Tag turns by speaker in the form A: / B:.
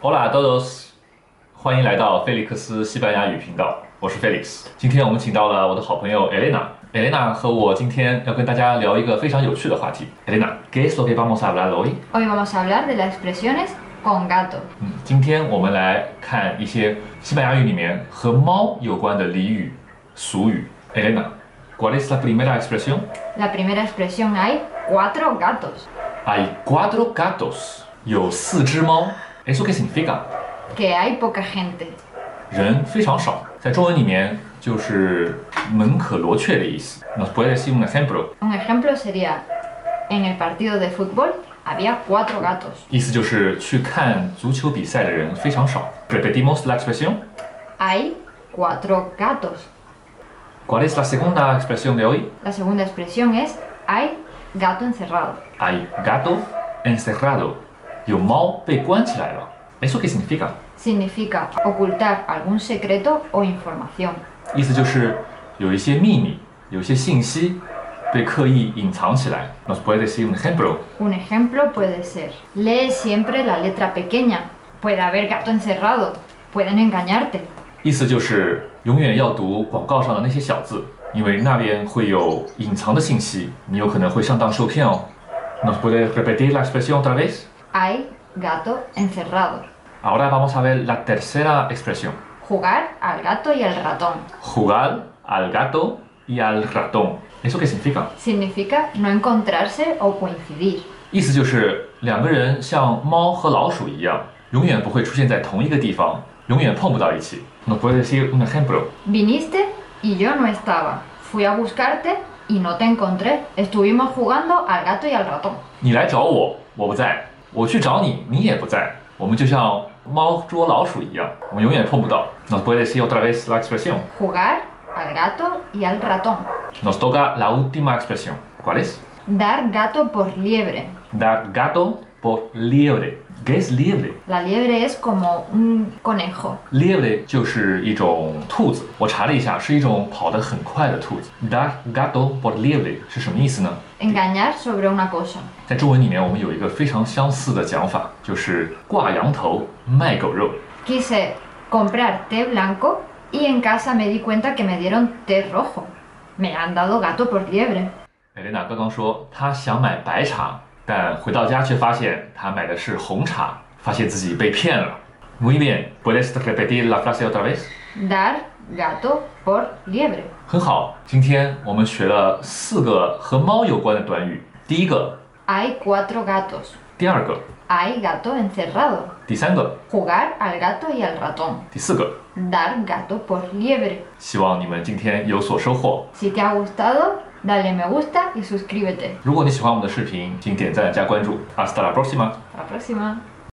A: Hola a todos，欢迎来到菲利克斯西班牙语频道，我是 Felix。今天我们请到了我的好朋友 Elena。Elena 和我今天要跟大家聊一个非常有趣的话题。Elena，¿qué es lo que vamos a hablar hoy？
B: Hoy vamos a hablar de las expresiones con gato.
A: 嗯，今天我们来看一些西班牙语里面和猫有关的俚语、俗语。Elena，¿cuál es la primera expresión？
B: La primera expresión hay cuatro gatos,
A: Hay cuatro gatos，有四只猫。Eso qué significa？
B: que hay poca gente.
A: 人非常少，在中文里面就是门可罗雀的意思。Nos puede decir un ejemplo？
B: Un ejemplo sería, en el partido de fútbol había cuatro gatos.
A: 意思就是去看足球比赛的人非常少。Repetimos la expresión。
B: Hay cuatro gatos.
A: ¿Cuál es la segunda expresión de hoy？
B: La segunda expresión es hay gato encerrado.
A: Hay gato encerrado，有猫被关起来了。Eso qué significa？
B: Significa ocultar algún secreto o información.
A: 意思就是有一些秘密，有一些信息被刻意隐藏起来。Nos puede decir un ejemplo？
B: Un ejemplo puede ser, lee siempre la letra pequeña. Puede haber gato encerrado. Pueden engañarte.
A: 意思就是永远要读广告上的那些小字，因为那边会有隐藏的信息，你有可能会上当受骗哦。Nos puede repetir la expresión otra vez?
B: Hay gato encerrado.
A: Ahora vamos a ver la tercera expresión.
B: Jugar al gato y al ratón.
A: Jugar al gato y al ratón. ¿Eso qué significa?
B: Significa no encontrarse o coincidir.
A: 意思就是两个人像猫和老鼠一样，永远不会出现在同一个地方，永远碰不到一起。Nos puede decir un ejemplo?
B: Viniste y yo no estaba. Fui a buscarte y no te encontré. Estuvimos jugando al gato y al ratón.
A: 你来找我，我不在；我去找你，你也不在。我们就像猫捉老鼠一样，我们永远碰不到。Nos puede decir otra vez la expresión.
B: Jugar al gato y al ratón.
A: Nos toca la última expresión. ¿Cuál es?
B: Dar gato por liebre.
A: Dar gato por liebre. ¿Qué es liebre?
B: La liebre es como un conejo.
A: Liebre 就是一种兔子，我查了一下，是一种跑得很快的兔子。Dar gato por liebre 是什么意思呢？
B: Engañar sobre una cosa.
A: 在中文里面，我们有一个非常相似的讲法，就是挂羊头卖狗肉。
B: Quise comprar té blanco y en casa me di cuenta que me dieron té rojo. Me han dado gato por liebre.
A: Elena 刚刚说她想买白茶，但回到家却发现她买的是红茶，发现自己被骗了。Muy bien, puedes repetir la frase otra vez？
B: Dar gato por liebre.
A: 很好，今天我们学了四个和猫有关的短语，第一个，
B: Hay cuatro gatos.
A: 第二个，
B: Hay gato encerrado.
A: 第三个，
B: Jugar al gato y al ratón.
A: 第四个。
B: Dar gato por liebre.
A: 希望你们今天有所收获。
B: Si te ha gustado, dale me gusta y suscríbete.
A: 如果你喜欢我们的视频，请点赞加关注。Hasta la próxima。
B: Hasta la próxima.